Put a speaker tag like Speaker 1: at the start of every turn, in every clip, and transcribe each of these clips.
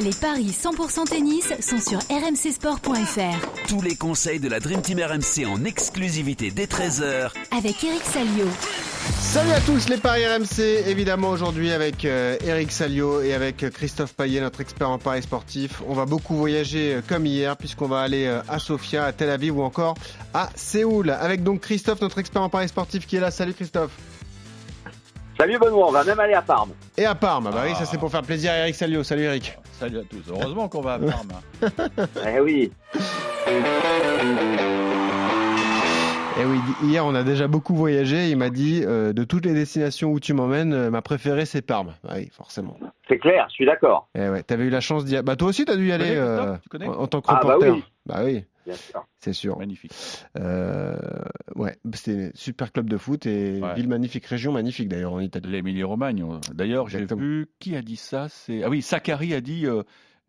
Speaker 1: Les paris 100% tennis sont sur rmcsport.fr
Speaker 2: Tous les conseils de la Dream Team RMC en exclusivité dès 13h
Speaker 1: avec Eric Salio.
Speaker 3: Salut à tous les paris RMC, évidemment aujourd'hui avec euh, Eric Salio et avec euh, Christophe Payet, notre expert en paris sportif. On va beaucoup voyager euh, comme hier puisqu'on va aller euh, à Sofia, à Tel Aviv ou encore à Séoul. Avec donc Christophe, notre expert en paris sportif qui est là. Salut Christophe.
Speaker 4: Salut Benoît, on va même aller à Parme.
Speaker 3: Et à Parme, bah oui, ça
Speaker 5: Ah.
Speaker 3: c'est pour faire plaisir à Eric Salio. Salut Eric.
Speaker 5: Salut à tous. Heureusement qu'on va à Parme.
Speaker 4: Eh oui,
Speaker 3: Et Eh oui, hier on a déjà beaucoup voyagé. Il m'a dit euh, de toutes les destinations où tu m'emmènes, euh, ma préférée c'est Parme. Ah oui, forcément.
Speaker 4: c'est clair, je suis d'accord.
Speaker 3: Eh ouais, t'avais eu la chance d'y aller. Bah toi aussi t'as dû y aller
Speaker 5: connais, Christophe
Speaker 3: euh,
Speaker 5: Tu connais
Speaker 3: en, en tant que
Speaker 4: Ah, bah
Speaker 3: reporter.
Speaker 4: oui.
Speaker 3: bah oui,
Speaker 4: Bien sûr.
Speaker 3: c'est sûr.
Speaker 5: Magnifique.
Speaker 3: Euh, ouais, c'était super club de foot et
Speaker 5: Ouais.
Speaker 3: ville magnifique, région magnifique d'ailleurs en Italie.
Speaker 5: L'Émilie-Romagne. on- D'ailleurs, j'ai
Speaker 3: Exactement.
Speaker 5: vu. Qui a dit ça C'est Ah oui, Sakari a dit. euh,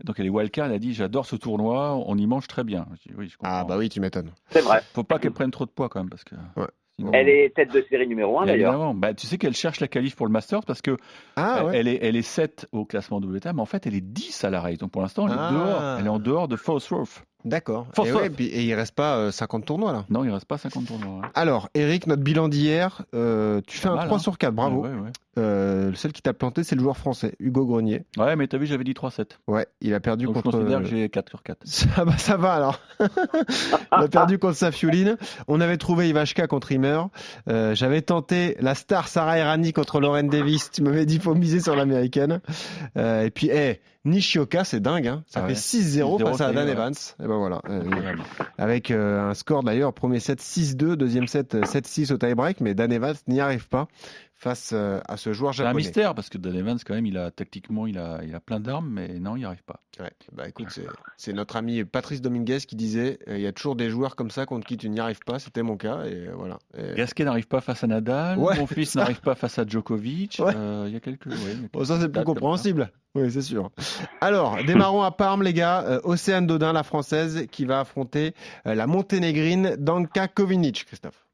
Speaker 5: Donc elle est Walker, elle a dit j'adore ce tournoi, on y mange très bien. Je dis, oui, je comprends.
Speaker 3: Ah bah oui, tu m'étonnes.
Speaker 4: C'est vrai.
Speaker 5: Faut pas qu'elle prenne trop de poids quand même parce que.
Speaker 3: Ouais.
Speaker 5: sinon-
Speaker 4: Elle est tête de série numéro 1
Speaker 5: Et
Speaker 4: d'ailleurs.
Speaker 5: évidemment, bah, tu sais qu'elle cherche la qualif pour le Masters parce que
Speaker 3: Ah
Speaker 5: elle-
Speaker 3: ouais.
Speaker 5: elle, est, elle est 7 au classement double état, mais en fait elle est 10 à la race. Donc pour l'instant elle, est
Speaker 3: Ah.
Speaker 5: dehors. elle est en dehors de False Roof.
Speaker 3: D'accord.
Speaker 5: Force
Speaker 3: Et,
Speaker 5: off.
Speaker 3: ouais, puis- et il reste pas euh, 50 tournois là.
Speaker 5: Non, il reste pas 50 tournois. hein.
Speaker 3: Alors, Eric, notre bilan d'hier, euh, tu fais
Speaker 5: Pas
Speaker 3: un
Speaker 5: mal,
Speaker 3: 3
Speaker 5: hein.
Speaker 3: sur 4, bravo.
Speaker 5: Ouais, ouais.
Speaker 3: Euh, le seul qui t'a planté, c'est le joueur français, Hugo Grenier.
Speaker 5: ouais mais t'as vu, j'avais dit 3-7.
Speaker 3: Ouais, il a perdu
Speaker 5: Donc
Speaker 3: contre. euh,
Speaker 5: je considère que j'ai 4 sur 4.
Speaker 3: Ah bah ça va alors. On a perdu contre Safioline. On avait trouvé Ivashka contre Imer. Euh, J'avais tenté la star Sarah Errani contre Lauren Davis. Tu m'avais dit faut miser sur l'américaine. Euh, et puis, eh, Nishioka, c'est dingue. Hein. Ça
Speaker 5: Ah
Speaker 3: fait
Speaker 5: ouais.
Speaker 3: 6-0 face à
Speaker 5: 6-0,
Speaker 3: Dan
Speaker 5: ouais.
Speaker 3: Evans. Et ben voilà. Euh, avec euh, un score d'ailleurs, premier set 6-2, deuxième set euh, 7-6 au tie-break. Mais Dan Evans n'y arrive pas face euh, à ce joueur
Speaker 5: C'est un
Speaker 3: japonais.
Speaker 5: mystère parce que Dan Evans, quand même, il a tactiquement, il a, il a plein d'armes, mais non, il n'y arrive pas.
Speaker 3: Ouais, bah écoute, c'est- c'est notre ami Patrice Dominguez qui disait euh, il y a toujours des joueurs comme ça contre qui tu n'y arrives pas, c'était mon cas, et euh, voilà. Et-
Speaker 5: Gasquet n'arrive pas face à Nadal,
Speaker 3: Ouais,
Speaker 5: mon fils n'arrive pas face à Djokovic.
Speaker 3: Ouais.
Speaker 5: euh, il y a quelques. ouais, mais-
Speaker 3: Bon, ça c'est plus
Speaker 5: Date comme ça.
Speaker 3: compréhensible. Oui, c'est sûr. Alors, démarrons à Parme, les gars. Euh, Océane Dodin, la française, qui va affronter euh, la monténégrine Danka Kovinic, Christophe.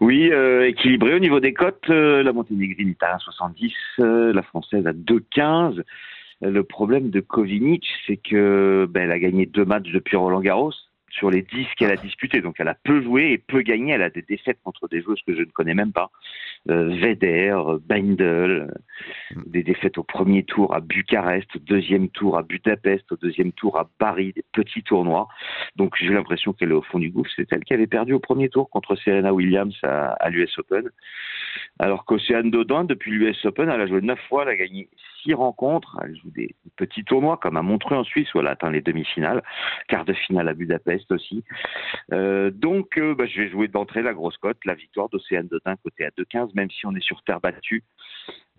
Speaker 4: Oui, euh, équilibré au niveau des cotes. euh, la Monténégrine est à 1,70, euh, la française à 2,15. Euh, Le problème de Kovinic, c'est que ben, elle a gagné deux matchs depuis Roland Garros sur les 10 qu'elle a disputés. Donc elle a peu joué et peu gagné. Elle a des défaites contre des joueuses que je ne connais même pas. Euh, Veder, euh, Bindel, euh, des défaites au premier tour à Bucarest, au deuxième tour à Budapest, au deuxième tour à Paris, des petits tournois. Donc j'ai l'impression qu'elle est au fond du gouffre. C'est elle qui avait perdu au premier tour contre Serena Williams à, à l'US Open. Alors qu'Océane Dodin, depuis l'US Open, elle a joué neuf fois, elle a gagné six rencontres. Elle joue des petits tournois comme à Montreux en Suisse où elle a atteint les demi-finales, quart de finale à Budapest aussi. Euh, donc euh, bah, je vais jouer d'entrée la grosse cote, la victoire d'Océane Dodin côté à 2,15, même si on est sur terre battue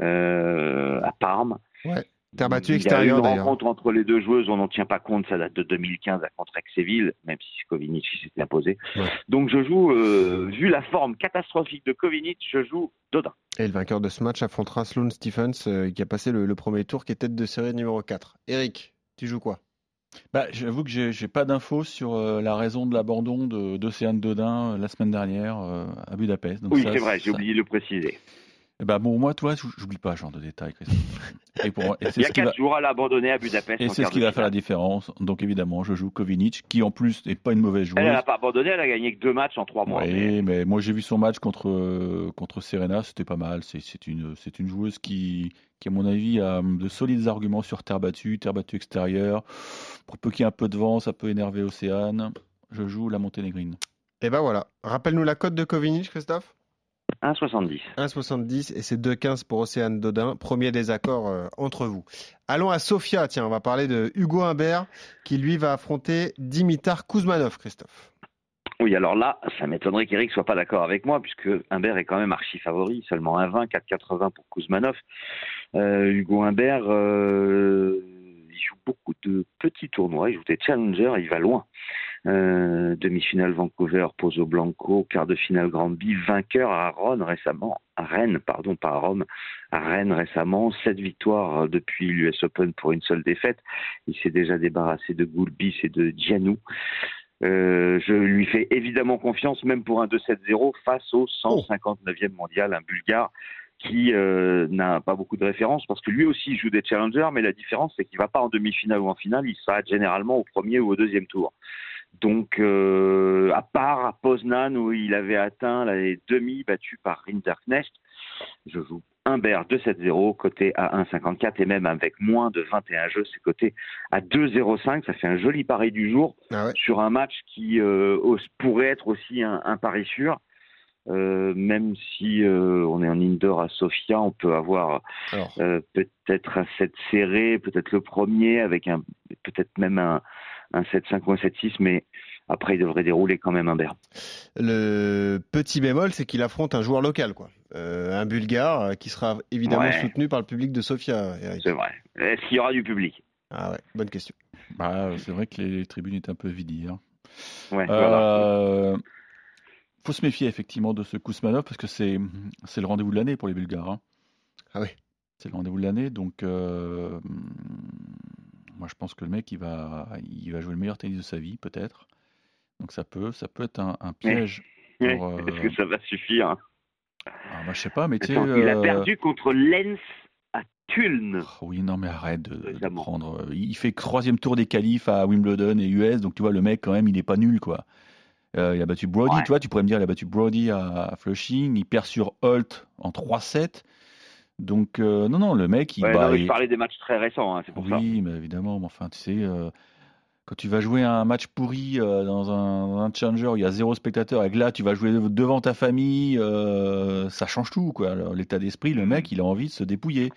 Speaker 4: euh, à Parme.
Speaker 3: Terre battue
Speaker 4: Il y a eu
Speaker 3: extérieure,
Speaker 4: une
Speaker 3: d'ailleurs.
Speaker 4: rencontre entre les deux joueuses, on n'en tient pas compte, ça date de 2015 à Contrexéville, même si Kovinic s'était imposé.
Speaker 3: Ouais.
Speaker 4: Donc je joue, euh, vu la forme catastrophique de Kovinic, je joue Dodin.
Speaker 3: Et le vainqueur de ce match affrontera Sloane Stephens, euh, qui a passé le, le premier tour, qui est tête de série numéro 4. Eric, tu joues quoi
Speaker 5: Bah, J'avoue que j'ai j'ai pas d'infos sur euh, la raison de l'abandon de- d'Océane Dodin euh, la semaine dernière euh, à Budapest. Donc
Speaker 4: oui,
Speaker 5: ça,
Speaker 4: c'est vrai, j'ai
Speaker 5: ça-
Speaker 4: oublié de le préciser.
Speaker 5: Eh ben, bon, moi, toi, j'ou- j'oublie pas ce genre de détails. Christophe. et pour- et c'est
Speaker 4: Il y a
Speaker 5: ce qui va-
Speaker 4: quatre jours, elle a abandonné à Budapest.
Speaker 5: et
Speaker 4: en
Speaker 5: c'est ce
Speaker 4: quart
Speaker 5: qui
Speaker 4: de
Speaker 5: va faire la
Speaker 4: finale.
Speaker 5: différence. Donc évidemment, je joue Kovinic, qui en plus n'est pas une mauvaise joueuse.
Speaker 4: Elle n'a pas abandonné, elle a gagné que deux matchs en trois mois. Mais
Speaker 5: Oui, mais moi j'ai vu son match contre, euh, contre Serena, c'était pas mal. C'est- C'est une, c'est une joueuse qui, qui, à mon avis, a hum, de solides arguments sur terre battue, terre battue extérieure. Pour peu qu'il y ait un peu de vent, ça peut énerver Océane. Je joue la Monténégrine.
Speaker 3: Et ben voilà. Rappelle-nous la cote de Kovinic, Christophe
Speaker 4: 1,70.
Speaker 3: 1,70 et c'est 2,15 pour Océane Dodin. Premier désaccord euh, entre vous. Allons à Sofia. Tiens, on va parler de Hugo Humbert qui lui va affronter Dimitar Kuzmanov, Christophe.
Speaker 4: Oui, alors là, ça m'étonnerait qu'Eric soit pas d'accord avec moi, puisque Humbert est quand même archi favori, seulement 1,20, 4,80 pour Kuzmanov. Euh, Hugo Humbert, euh, il joue beaucoup de petits tournois, il joue des challengers, il va loin. Euh, Demi-finale Vancouver, Pozo Blanco, quart de finale Granby, vainqueur à Rennes récemment, à Rennes, pardon, pas à Rome, à Rennes récemment, sept victoires depuis l'US Open pour une seule défaite. Il s'est déjà débarrassé de Goulbis et de Giannou. Euh, je lui fais évidemment confiance, même pour un 2-7-0 face au 159e mondial, un Bulgare qui euh, n'a pas beaucoup de références parce que lui aussi il joue des challengers, mais la différence c'est qu'il va pas en demi-finale ou en finale, il s'arrête généralement au premier ou au deuxième tour. Donc, euh, à part à Poznan où il avait atteint les demi battus par Rinderknecht, je joue Humbert 2-7-0, côté à 1,54 et même avec moins de 21 jeux, c'est coté à 2,05. Ça fait un joli pari du jour
Speaker 3: Ah ouais.
Speaker 4: sur un match qui euh, os- pourrait être aussi un, un pari sûr. Euh, même si euh, on est en indoor à Sofia, on peut avoir
Speaker 3: Alors,
Speaker 4: euh, peut-être un 7 serré, peut-être le premier, avec un peut-être même un, un 7-5 ou un 7-6, mais après il devrait dérouler quand même un berbe.
Speaker 3: le petit bémol, c'est qu'il affronte un joueur local, quoi. Euh, un Bulgare euh, qui sera évidemment
Speaker 4: Ouais.
Speaker 3: soutenu par le public de Sofia. Eric.
Speaker 4: C'est vrai. Est-ce qu'il y aura du public
Speaker 3: Ah ouais, bonne question.
Speaker 5: Bah, c'est vrai que les tribunes étaient un peu vides hier.
Speaker 4: Ouais, voilà.
Speaker 5: Euh, faut se méfier effectivement de ce Kousmanov parce que c'est c'est le rendez-vous de l'année pour les Bulgares. hein.
Speaker 3: Ah ouais.
Speaker 5: C'est le rendez-vous de l'année, donc euh, moi je pense que le mec il va il va jouer le meilleur tennis de sa vie peut-être. Donc ça peut ça peut être un, un piège.
Speaker 4: Ouais.
Speaker 5: pour, euh,
Speaker 4: Est-ce que ça va suffire
Speaker 5: Ah, bah, je sais pas, mais tu sais,
Speaker 4: Attends, Il a
Speaker 5: euh,
Speaker 4: perdu contre Lens à Tulne.
Speaker 5: oh oui non mais arrête de, de
Speaker 4: Récemment.
Speaker 5: prendre. euh, Il fait troisième tour des qualifs à Wimbledon et US, donc tu vois le mec quand même il est pas nul quoi. Euh, il a battu Brody,
Speaker 4: Ouais.
Speaker 5: tu vois, tu pourrais me dire, il a battu Brody à, à Flushing, il perd sur Holt en 3-7. Donc, euh, non, non, le mec, il
Speaker 4: Ouais,
Speaker 5: bat.
Speaker 4: non, mais
Speaker 5: et-
Speaker 4: je parlais des matchs très récents, hein, c'est pour ça.
Speaker 5: oui, mais évidemment, mais enfin, tu sais, euh, quand tu vas jouer un match pourri euh, dans un, dans un challenger où il y a zéro spectateur et que là, tu vas jouer devant ta famille, euh, ça change tout, quoi. Alors, L'état d'esprit, le mec, il a envie de se dépouiller.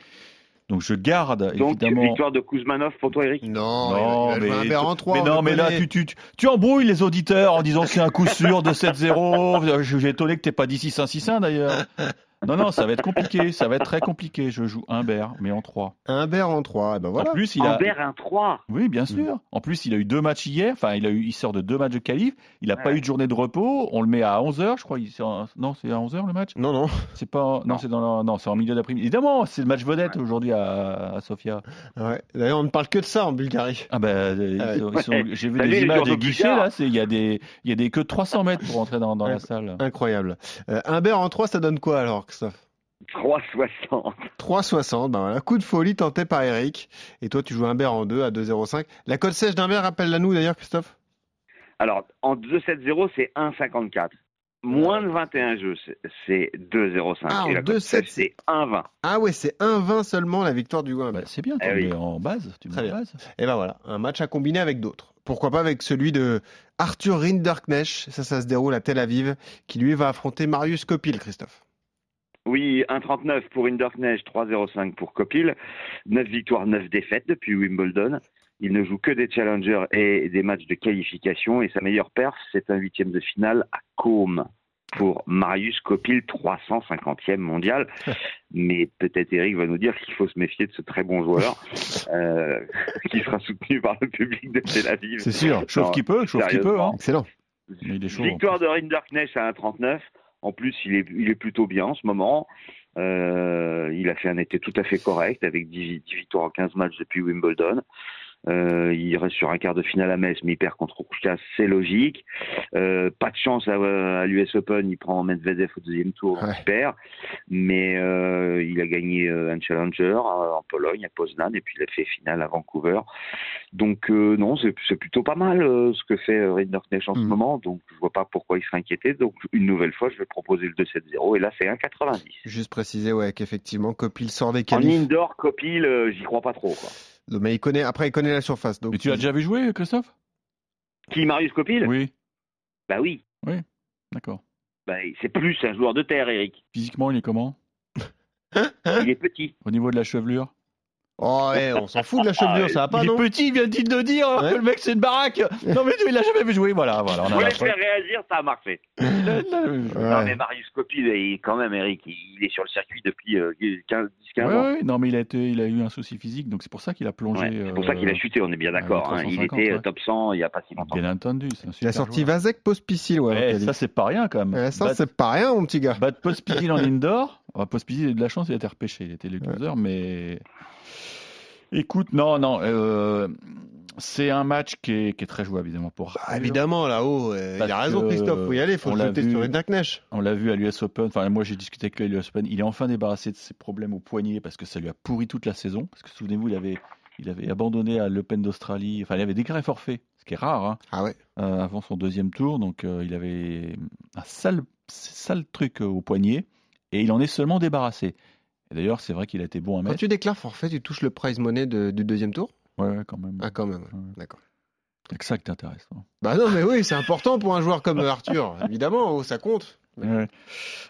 Speaker 5: Donc, je garde,
Speaker 4: Mm. Donc,
Speaker 5: évidemment.
Speaker 4: victoire de Kuzmanov pour toi, Eric
Speaker 3: Non, il
Speaker 5: Non,
Speaker 3: va, il va
Speaker 5: mais,
Speaker 3: jouer un Humbert en 3.
Speaker 5: mais non, mais là, tu, tu, tu- tu embrouilles les auditeurs en disant que c'est un coup sûr de 7-0. Je- J'ai étonné que t'es pas d'ici 5-6-1 d'ailleurs. Non, non, ça va être compliqué. Ça va être très compliqué. Je joue Humbert, mais en 3.
Speaker 3: Un Humbert en 3, et ben voilà.
Speaker 5: En plus, il a.
Speaker 4: Humbert, un 3.
Speaker 5: Oui, bien sûr. En plus, il a eu deux matchs hier. Enfin, il, a eu, il sort de deux matchs de qualif. Il n'a pas
Speaker 4: Ouais.
Speaker 5: eu de journée de repos. On le met à 11h, je crois. Il sort un- Non, c'est à 11h le match
Speaker 3: Non, non.
Speaker 5: C'est pas. en- Non,
Speaker 4: Non.
Speaker 5: c'est dans la- non, c'est en milieu d'après-midi. Évidemment, c'est le match vedette aujourd'hui à, à Sofia.
Speaker 3: Ouais. D'ailleurs, on ne parle que de ça en Bulgarie.
Speaker 5: Ah ben, euh,
Speaker 3: Ah
Speaker 5: ils sont- ils sont-
Speaker 4: bah, ouais.
Speaker 5: j'ai vu
Speaker 4: T'as vu
Speaker 5: des
Speaker 4: les
Speaker 5: images
Speaker 4: joueurs de
Speaker 5: des guichets
Speaker 4: Bulgares
Speaker 5: là, c'est- il y a des, il y a des que 300 mètres pour entrer dans, dans la salle.
Speaker 3: Incroyable. Euh, un Humbert en 3, ça donne quoi alors, Christophe
Speaker 4: 3,60.
Speaker 3: 3,60, ben voilà. Coup de folie tenté par Eric. Et toi, tu joues Humbert en 2 à 2,05. La cote sèche d'Humbert, rappelle-la nous d'ailleurs, Christophe
Speaker 4: Alors, en 2-7-0, c'est 1,54. Moins de 21 jeux, c'est- c'est 2,05.
Speaker 3: Ah, en
Speaker 4: Et la cote
Speaker 3: 2,7,
Speaker 4: sèche, c'est 1,20.
Speaker 3: Ah ouais, c'est 1,20 seulement la victoire du Humbert.
Speaker 5: Bah, c'est bien, tu
Speaker 4: Eh
Speaker 5: le
Speaker 4: oui.
Speaker 5: mets en base, tu le
Speaker 3: Très
Speaker 5: mets en
Speaker 3: bien.
Speaker 5: base.
Speaker 3: Et ben voilà, un match à combiner avec d'autres. Pourquoi pas avec celui de Arthur Rinderknecht, ça, ça se déroule à Tel Aviv, qui lui va affronter Marius Copil, Christophe.
Speaker 4: Oui, 1,39 pour Inderknecht, 3,05 pour Copil. 9 victoires, 9 défaites depuis Wimbledon. Il ne joue que des challengers et des matchs de qualification. Et sa meilleure perf, c'est un huitième de finale à Côme pour Marius Copil, 350e mondial. Mais peut-être Eric va nous dire qu'il faut se méfier de ce très bon joueur euh, qui sera soutenu par le public de Tel Aviv.
Speaker 5: C'est sûr, chauffe
Speaker 4: Non,
Speaker 5: qui peut, chauffe qui peut. Hein.
Speaker 3: Excellent.
Speaker 5: Mais il est chaud, en
Speaker 4: Victoire de Rinderknecht à 1,39. En plus, il est, il est plutôt bien en ce moment. Euh, il a fait un été tout à fait correct avec 10, 10 victoires en 15 matchs depuis Wimbledon. Euh, il reste sur un quart de finale à Metz, mais il perd contre Kouchka, c'est logique. Euh, pas de chance à, euh, à l'US Open, il prend Medvedev au deuxième tour, donc
Speaker 3: Ouais.
Speaker 4: il perd. Mais euh, il a gagné euh, un challenger euh, en Pologne, à Poznan, et puis il a fait finale à Vancouver. Donc euh, non, c'est c'est plutôt pas mal euh, ce que fait euh, Rinderknecht en ce
Speaker 3: Mhm.
Speaker 4: moment, donc je vois pas pourquoi il serait inquiété. Donc une nouvelle fois, je vais proposer le 2-7-0, et là c'est 1,90.
Speaker 3: Juste préciser ouais, qu'effectivement, Copil sort des
Speaker 4: En
Speaker 3: qualifs.
Speaker 4: indoor, Copil, euh, j'y crois pas trop. Quoi.
Speaker 3: Non, Mais il connaît, après, il connaît la surface. Donc,
Speaker 5: Mais tu l'as déjà vu jouer, Christophe
Speaker 4: Qui, Marius Copil
Speaker 5: Oui,
Speaker 4: Bah oui,
Speaker 5: d'accord.
Speaker 4: bah, c'est plus un joueur de terre, Eric.
Speaker 5: Physiquement, il est comment Hein
Speaker 4: Il est petit.
Speaker 5: Au niveau de la chevelure
Speaker 3: Oh, ouais, on s'en fout de la chevelure,
Speaker 4: Ah,
Speaker 3: ça va pas,
Speaker 5: Il
Speaker 3: non
Speaker 5: est petit, il vient de le dire
Speaker 3: Ouais.
Speaker 5: que le mec c'est une baraque. Non mais tu- il l'a jamais vu jouer, voilà, voilà. On
Speaker 4: Je
Speaker 5: a la
Speaker 4: voulais te
Speaker 5: preuve.
Speaker 4: faire réagir, ça a marché.
Speaker 5: Il l'a- il l'a jamais vu jouer.
Speaker 3: Ouais.
Speaker 4: Non, mais Marius Copil, il- quand même, Eric, il est sur le circuit depuis euh, 15-15
Speaker 5: Ouais,
Speaker 4: ans.
Speaker 5: ouais, non mais il a, été, il a eu un souci physique, donc c'est pour ça qu'il a plongé.
Speaker 4: Ouais, c'est pour ça
Speaker 5: euh,
Speaker 4: qu'il a chuté, hein. on est bien
Speaker 5: ouais,
Speaker 4: d'accord. hein. Il
Speaker 5: 350,
Speaker 4: était euh,
Speaker 5: ouais.
Speaker 4: top 100 il n'y a pas si longtemps.
Speaker 5: Bien entendu, c'est un super
Speaker 3: Il a sorti
Speaker 5: joueur.
Speaker 3: Vasek Pospisil, ouais. en
Speaker 5: Eh,
Speaker 3: qualif.
Speaker 5: ça c'est pas rien quand même.
Speaker 3: Ouais, ça,
Speaker 5: Bat-
Speaker 3: c'est pas rien, mon petit gars.
Speaker 5: Bah, de Pospisil en indoor. Bah, Pospisil, il a eu de la chance, il a été repêché. Il était le 15 mais. Écoute, non, non. euh, C'est un match qui est, qui est très jouable, évidemment, pour
Speaker 3: Bah,
Speaker 5: Raphaël.
Speaker 3: évidemment, là-haut, euh,
Speaker 5: Parce
Speaker 3: il a raison,
Speaker 5: que,
Speaker 3: Christophe, faut y aller, faut
Speaker 5: on
Speaker 3: le
Speaker 5: l'a
Speaker 3: jeter
Speaker 5: vu.
Speaker 3: sur une Dark Nash.
Speaker 5: On l'a vu à l'US Open. Enfin, moi, j'ai discuté avec lui à l'US Open. Il est enfin débarrassé de ses problèmes au poignet parce que ça lui a pourri toute la saison. Parce que souvenez-vous, il avait, il avait abandonné à l'Open d'Australie. Enfin, il avait déclaré forfait, ce qui est rare, hein,
Speaker 3: Ah ouais.
Speaker 5: euh, avant son deuxième tour. Donc, euh, il avait un sale, sale truc euh, au poignet et il en est seulement débarrassé. Et d'ailleurs, c'est vrai qu'il a été bon à
Speaker 3: Quand
Speaker 5: mettre.
Speaker 3: tu déclares forfait, tu touches le prize money de- du deuxième tour
Speaker 5: Ouais, ouais, quand même.
Speaker 3: Ah, quand même. ouais.
Speaker 5: Ouais.
Speaker 3: D'accord.
Speaker 5: C'est que ça qui t'intéresse. hein.
Speaker 3: Bah non, mais oui, c'est important pour un joueur comme Arthur. Évidemment, oh, ça compte.
Speaker 5: Ouais.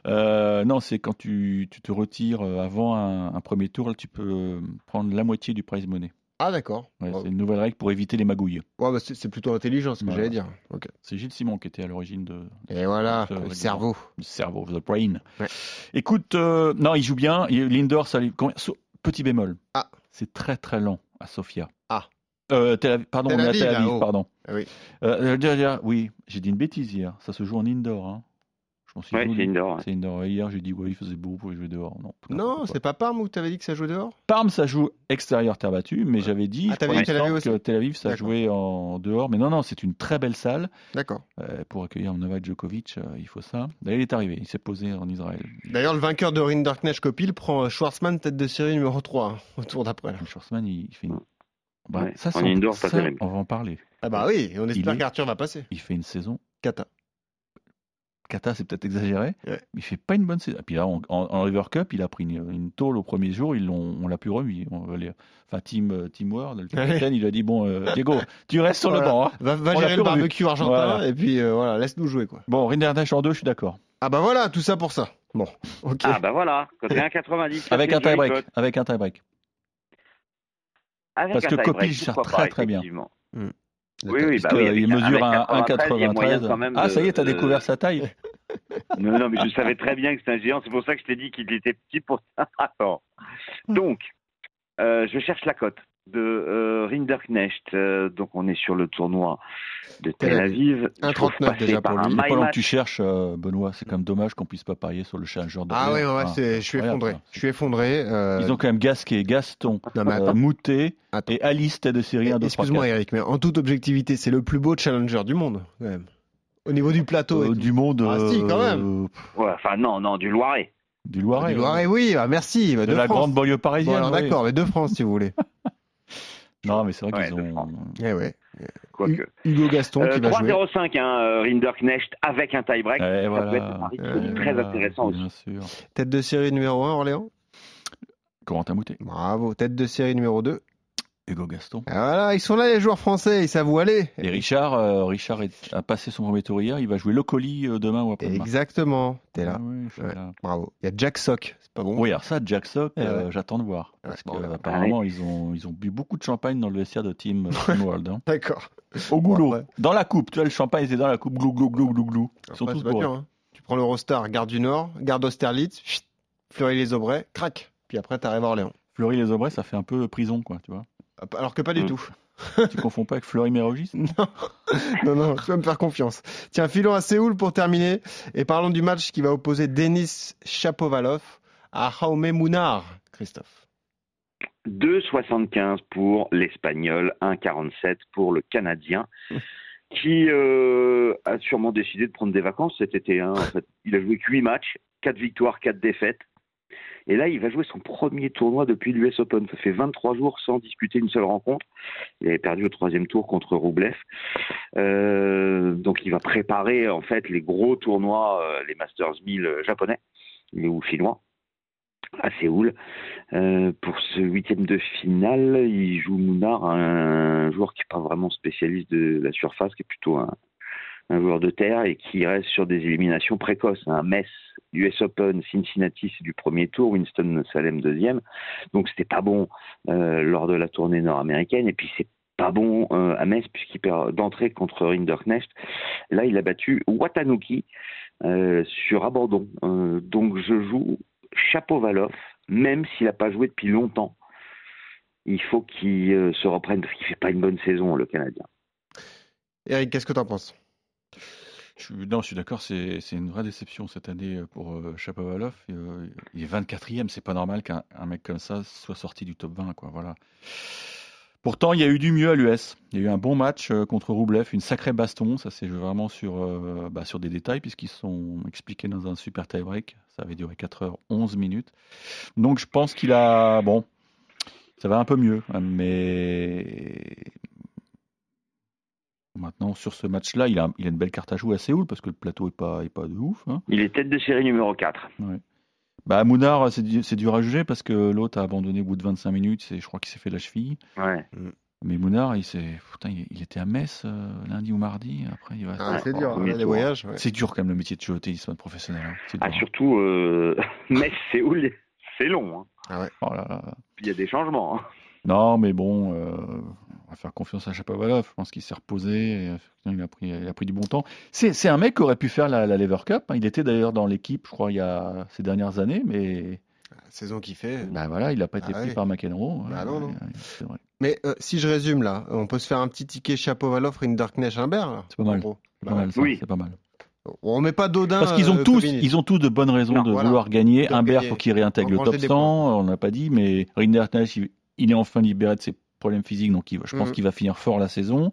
Speaker 5: Euh, non, c'est quand tu, tu te retires euh, avant un, un premier tour, là, tu peux euh, prendre la moitié du prize money.
Speaker 3: Ah d'accord.
Speaker 5: Ouais,
Speaker 3: Ouais.
Speaker 5: C'est une nouvelle règle pour éviter les magouilles.
Speaker 3: Ouais, bah, c'est c'est plutôt intelligent, ce que
Speaker 5: Voilà.
Speaker 3: j'allais dire. Ok.
Speaker 5: C'est Gilles Simon qui était à l'origine de,
Speaker 3: Et voilà,
Speaker 5: Ça,
Speaker 3: le
Speaker 5: ouais,
Speaker 3: cerveau.
Speaker 5: du cerveau, the brain.
Speaker 3: Ouais.
Speaker 5: Écoute, euh, non, il joue bien. Il- Lindor, ça lui- combien- so- petit bémol.
Speaker 3: Ah.
Speaker 5: C'est très très lent à Sofia.
Speaker 3: Ah.
Speaker 5: Euh, Tel Aviv- pardon,
Speaker 3: Tel
Speaker 5: on est à
Speaker 3: Aviv,
Speaker 5: Tel Aviv,
Speaker 3: là-haut.
Speaker 5: pardon.
Speaker 3: Ah oui.
Speaker 5: Euh, euh, déjà, oui, j'ai dit une bêtise hier. Ça se joue en indoor. hein. Je m'en suis
Speaker 4: Ouais,
Speaker 5: voulu.
Speaker 4: c'est indoor. ouais.
Speaker 5: C'est indoor. Et Hier, j'ai dit, ouais, il faisait beau pour jouer dehors. Non, tout n'importe
Speaker 3: Non,
Speaker 5: quoi.
Speaker 3: c'est pas Parme où t'avais dit que ça jouait dehors
Speaker 5: Parme, ça joue extérieur terre battue, mais j'avais dit
Speaker 3: Ah,
Speaker 5: je
Speaker 3: t'avais
Speaker 5: crois,
Speaker 3: dit Tel
Speaker 5: il me
Speaker 3: Aviv
Speaker 5: semble que Tel Aviv, ça
Speaker 3: D'accord.
Speaker 5: jouait en dehors. Mais non, non, c'est une très belle salle.
Speaker 3: D'accord.
Speaker 5: Euh, pour accueillir Novak Djokovic, euh, il faut ça. D'ailleurs, il est arrivé, il s'est posé en Israël.
Speaker 3: D'ailleurs, le vainqueur de Ring Darkness Copil prend euh, Schwarzman tête de série numéro 3 hein, au tour d'après. là.
Speaker 5: Adam Schwarzman, il fait une...
Speaker 4: Ouais.
Speaker 5: Bah,
Speaker 4: Mm. Ouais,
Speaker 5: ça,
Speaker 4: en
Speaker 5: c'est
Speaker 4: indoor,
Speaker 5: ça,
Speaker 4: pas terrible.
Speaker 5: on va en parler.
Speaker 3: Ah bah oui, on espère
Speaker 5: est-
Speaker 3: qu'Arthur va passer.
Speaker 5: Il fait une saison.
Speaker 3: Kata.
Speaker 5: Kata, c'est peut-être exagéré,
Speaker 3: Ouais.
Speaker 5: mais il fait pas une bonne saison. Et puis là, en, en- en River Cup, il a pris une, une tôle au premier jour, ils l'ont- on l'a plus remis. On va les- enfin, Team, euh, team World, le
Speaker 3: Ouais.
Speaker 5: capitaine, il lui a dit Bon, euh, Diego, tu restes sur
Speaker 3: Voilà.
Speaker 5: le banc. hein.
Speaker 3: Va, va
Speaker 5: On l'a
Speaker 3: gérer le
Speaker 5: plus revu.
Speaker 3: barbecue argentin
Speaker 5: Voilà.
Speaker 3: et puis euh, voilà, laisse-nous jouer quoi.
Speaker 5: Bon, Rinderdash en deux, je suis d'accord.
Speaker 3: Ah bah voilà, tout ça pour ça. Bon, ok.
Speaker 4: Ah bah voilà, quand t'es 1,90. ça,
Speaker 5: Avec
Speaker 4: c'est
Speaker 5: un
Speaker 4: une jolie
Speaker 5: tie-break.
Speaker 4: cote.
Speaker 5: Avec un tie-break.
Speaker 4: Avec
Speaker 5: Parce
Speaker 4: un
Speaker 5: que
Speaker 4: tie-break,
Speaker 5: Copil sert
Speaker 4: pourquoi
Speaker 5: très,
Speaker 4: pas,
Speaker 5: très bien.
Speaker 4: effectivement.
Speaker 3: Hmm.
Speaker 4: Oui, oui, bah
Speaker 5: Parce
Speaker 4: oui.
Speaker 5: que il
Speaker 4: avec
Speaker 5: mesure
Speaker 4: un
Speaker 5: un
Speaker 4: 93, il y a moyen quand
Speaker 5: 1,93.
Speaker 4: même
Speaker 5: Ah,
Speaker 4: de-
Speaker 5: ça y est, t'as
Speaker 4: de-
Speaker 5: découvert sa taille.
Speaker 4: Non, non, mais je savais très bien que c'était un géant. C'est pour ça que je t'ai dit qu'il était petit pour ça. Attends. Donc, euh, je cherche la cote de euh, Rinderknecht. Euh, donc, on est sur le tournoi de Tel
Speaker 3: Tel
Speaker 4: Aviv. Il faut
Speaker 3: 1,39
Speaker 4: passer
Speaker 3: déjà pour
Speaker 4: par un
Speaker 3: lui.
Speaker 5: Il
Speaker 4: my
Speaker 5: est pas long que
Speaker 4: match.
Speaker 5: tu cherches, euh, Benoît. C'est quand même dommage qu'on puisse pas parier sur le challenger de
Speaker 3: Ah
Speaker 5: Roland.
Speaker 3: ouais, ouais, ouais,
Speaker 5: Enfin,
Speaker 3: c'est- je suis
Speaker 5: incroyable,
Speaker 3: effondré.
Speaker 5: ça.
Speaker 3: Je suis effondré. euh,
Speaker 5: Ils ont quand même Gasquet, Gaston,
Speaker 3: Non mais
Speaker 5: euh,
Speaker 3: attends,
Speaker 5: Moutet
Speaker 3: Attends.
Speaker 5: et Alice, tête de série 1, 2, 3,
Speaker 3: excuse-moi
Speaker 5: 4.
Speaker 3: Eric, mais en toute objectivité, c'est le plus beau challenger du monde quand même. Au niveau du plateau. et
Speaker 5: Euh,
Speaker 3: tout.
Speaker 5: du monde.
Speaker 3: Ah, si, quand même.
Speaker 5: euh, pff,
Speaker 4: Ouais, enfin, non, non, du Loiret.
Speaker 5: du Loiret.
Speaker 3: Du
Speaker 5: ouais.
Speaker 3: Loiret, oui, ah, merci. bah,
Speaker 5: De,
Speaker 3: de,
Speaker 5: la
Speaker 3: France.
Speaker 5: grande banlieue
Speaker 3: Bon,
Speaker 5: parisienne.
Speaker 3: alors
Speaker 5: ouais.
Speaker 3: d'accord, mais de France si vous voulez.
Speaker 5: Non, mais c'est vrai
Speaker 4: Ouais,
Speaker 5: qu'ils
Speaker 4: de
Speaker 5: ont.
Speaker 4: France.
Speaker 3: Eh ouais.
Speaker 4: Quoique.
Speaker 3: Hugo Gaston
Speaker 4: Euh,
Speaker 3: qui va jouer.
Speaker 4: 3-0-5, hein, euh, Rinderknecht avec un tie-break.
Speaker 5: Ouais,
Speaker 4: Ça
Speaker 5: Euh, voilà.
Speaker 4: peut être un pari qui peut être
Speaker 5: Ouais,
Speaker 4: très
Speaker 5: voilà, Euh,
Speaker 4: intéressant aussi.
Speaker 5: Bien sûr.
Speaker 3: Tête de série numéro 1, Orléans.
Speaker 5: Corentin Moutet,
Speaker 3: Bravo. Tête de série numéro 2.
Speaker 5: Hugo Gaston.
Speaker 3: Ah, voilà, ils sont là les joueurs français, ils savent où aller.
Speaker 5: Et Richard, euh, Richard est- a passé son premier tour hier. Il va jouer le colis euh, demain ou après-demain.
Speaker 3: Exactement. T'es là.
Speaker 5: Ouais, je suis
Speaker 3: Ouais.
Speaker 5: là.
Speaker 3: Bravo. Il y a Jack Sock. C'est pas bon.
Speaker 5: Oui, alors ça, Jack Sock, euh, j'attends de voir. Parce
Speaker 3: Ouais, bon,
Speaker 5: que,
Speaker 3: ouais.
Speaker 5: apparemment, ils ont, ils ont bu beaucoup de champagne dans le vestiaire de Team, Team World. hein.
Speaker 3: D'accord.
Speaker 5: Au goulot,
Speaker 3: après-
Speaker 5: dans la coupe. Tu vois, le champagne était dans la coupe. Glou, glou, glou, glou, glou. Ils sont
Speaker 3: Après,
Speaker 5: tous
Speaker 3: c'est pas
Speaker 5: bourrés.
Speaker 3: dur, hein. Tu prends l'Eurostar, Gare du Nord, Gare d'Austerlitz, chut, Fleury-les-Aubrais, crac. Puis après, t'arrives à Orléans.
Speaker 5: Fleury les Aubrais, ça fait un peu prison, quoi, tu vois.
Speaker 3: Alors que pas du
Speaker 4: Mm.
Speaker 3: tout.
Speaker 5: tu confonds pas avec Fleury Mérogis
Speaker 3: Non, non, tu vas me faire confiance. Tiens, filons à Séoul pour terminer. Et parlons du match qui va opposer Denis Chapovalov à Jaume Mounar, Christophe.
Speaker 4: 2,75 pour l'Espagnol, 1,47 pour le Canadien, qui euh, a sûrement décidé de prendre des vacances cet été. hein, en fait. Il a joué que 8 matchs, 4 victoires, 4 défaites. Et là, il va jouer son premier tournoi depuis l'US Open. Ça fait 23 jours sans disputer une seule rencontre. Il avait perdu au troisième tour contre Roublev. Euh, donc, il va préparer en fait les gros tournois, euh, les Masters 1000 japonais ou finnois à Séoul. Euh, pour ce huitième de finale, il joue Mounard, un joueur qui n'est pas vraiment spécialiste de la surface, qui est plutôt un, un joueur de terre et qui reste sur des éliminations précoces. Un Metz, US Open, Cincinnati, c'est du premier tour, Winston-Salem deuxième. Donc c'était pas bon euh, lors de la tournée nord-américaine. Et puis c'est pas bon euh, à Metz puisqu'il perd d'entrée contre Rinderknecht. Là, il a battu Watanuki euh, sur abandon. Euh, donc je joue Chapovalov, même s'il n'a pas joué depuis longtemps. Il faut qu'il euh, se reprenne parce qu'il fait pas une bonne saison, le Canadien.
Speaker 3: Eric, qu'est-ce que t'en penses
Speaker 5: je suis, Non, je suis d'accord, c'est c'est une vraie déception cette année euh, pour euh, Chapovalov. Euh, il est 24 e c'est pas normal qu'un un mec comme ça soit sorti du top 20, quoi, voilà. Pourtant, il y a eu du mieux à l'US. Il y a eu un bon match euh, contre Roublev, une sacrée baston. Ça, c'est vraiment sur, euh, bah, sur des détails, puisqu'ils sont expliqués dans un super tie-break. Ça avait duré 4h11 minutes. Donc, je pense qu'il a. Bon, ça va un peu mieux, hein, mais. Maintenant, sur ce match-là, il a, il a une belle carte à jouer à Séoul, parce que le plateau n'est pas, est pas de ouf. hein.
Speaker 4: Il est tête de série numéro 4.
Speaker 5: Bah, Mounard, c'est du- c'est dur à juger, parce que l'autre a abandonné au bout de 25 minutes. C'est- Je crois qu'il s'est fait la cheville.
Speaker 4: Ouais.
Speaker 5: Mais Mounard, il, s'est- putain, il il était à Metz euh, lundi ou mardi. Après, il va.
Speaker 3: Ah, c'est dur,
Speaker 4: premier
Speaker 3: les
Speaker 4: tour.
Speaker 3: voyages. ouais.
Speaker 5: hein. C'est dur quand même le métier de joueur au tennis man professionnel. hein. C'est
Speaker 4: Ah,
Speaker 5: dur, hein.
Speaker 4: surtout, euh, Metz, Séoul, c'est long. hein.
Speaker 5: Oh là là.
Speaker 4: Il y a des changements. hein.
Speaker 5: Non, mais bon, euh, on va faire confiance à Chapovalov. Je pense qu'il s'est reposé. et, euh, il, a pris, il a pris du bon temps. C'est c'est un mec qui aurait pu faire la, la Lever Cup. hein. Il était d'ailleurs dans l'équipe, je crois, il y a ces dernières années, mais
Speaker 3: La Saison qui fait.
Speaker 5: bah voilà, il n'a pas été
Speaker 3: Ah
Speaker 5: pris
Speaker 3: oui.
Speaker 5: par McEnroe.
Speaker 3: Bah
Speaker 5: Euh,
Speaker 3: non, non.
Speaker 5: euh, C'est vrai.
Speaker 3: Mais euh, si je résume là, on peut se faire un petit ticket chapeau Valoff et une Dark Nash Humbert. là,
Speaker 5: C'est pas mal.
Speaker 3: en gros.
Speaker 5: C'est
Speaker 3: Bah
Speaker 5: pas mal, ça,
Speaker 4: Oui.
Speaker 5: c'est pas mal.
Speaker 3: On met pas Dodin.
Speaker 5: Parce qu'ils ont
Speaker 3: euh,
Speaker 5: tous,
Speaker 3: Kovic.
Speaker 5: ils ont tous de bonnes raisons
Speaker 4: Non,
Speaker 5: de
Speaker 3: voilà.
Speaker 5: vouloir gagner.
Speaker 3: Ils ont
Speaker 5: Imbert,
Speaker 3: gagné.
Speaker 5: faut qu'il réintègre le
Speaker 3: Engranger
Speaker 5: top
Speaker 3: des
Speaker 5: 100, on l'a pas dit, mais Rinder Nash, il il est enfin libéré de ses problèmes physiques, donc il- je pense
Speaker 3: Mhm.
Speaker 5: qu'il va finir fort la saison.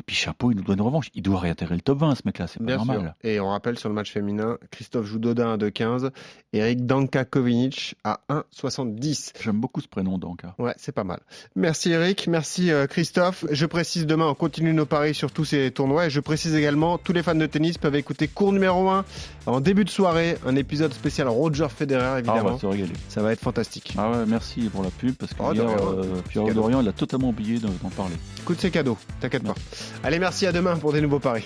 Speaker 5: Et puis Chapeau, il nous donne une revanche. Il doit réintégrer le top 20, ce mec-là, c'est pas
Speaker 3: Bien sûr.
Speaker 5: normal.
Speaker 3: Et on rappelle sur le match féminin, Christophe joue Dodin à 2,15, Eric Danka Kovinic à 1,70.
Speaker 5: J'aime beaucoup ce prénom, donc. hein.
Speaker 3: Ouais, c'est pas mal. Merci Eric, merci euh, Christophe. Je précise demain, on continue nos paris sur tous ces tournois. Et je précise également, tous les fans de tennis peuvent écouter cours numéro 1 en début de soirée, un épisode spécial Roger Federer
Speaker 5: Ah, on
Speaker 3: évidemment.
Speaker 5: va se régaler.
Speaker 3: Ça va être fantastique.
Speaker 5: Ah ouais, merci pour la pub, parce que
Speaker 3: Oh, de
Speaker 5: hier,
Speaker 3: rien.
Speaker 5: euh, Pierre
Speaker 3: cadeau.
Speaker 5: Dorian, il a totalement oublié de- d'en parler.
Speaker 3: Écoute, c'est cadeau, t'inquiète pas. Allez, merci à demain pour des nouveaux paris.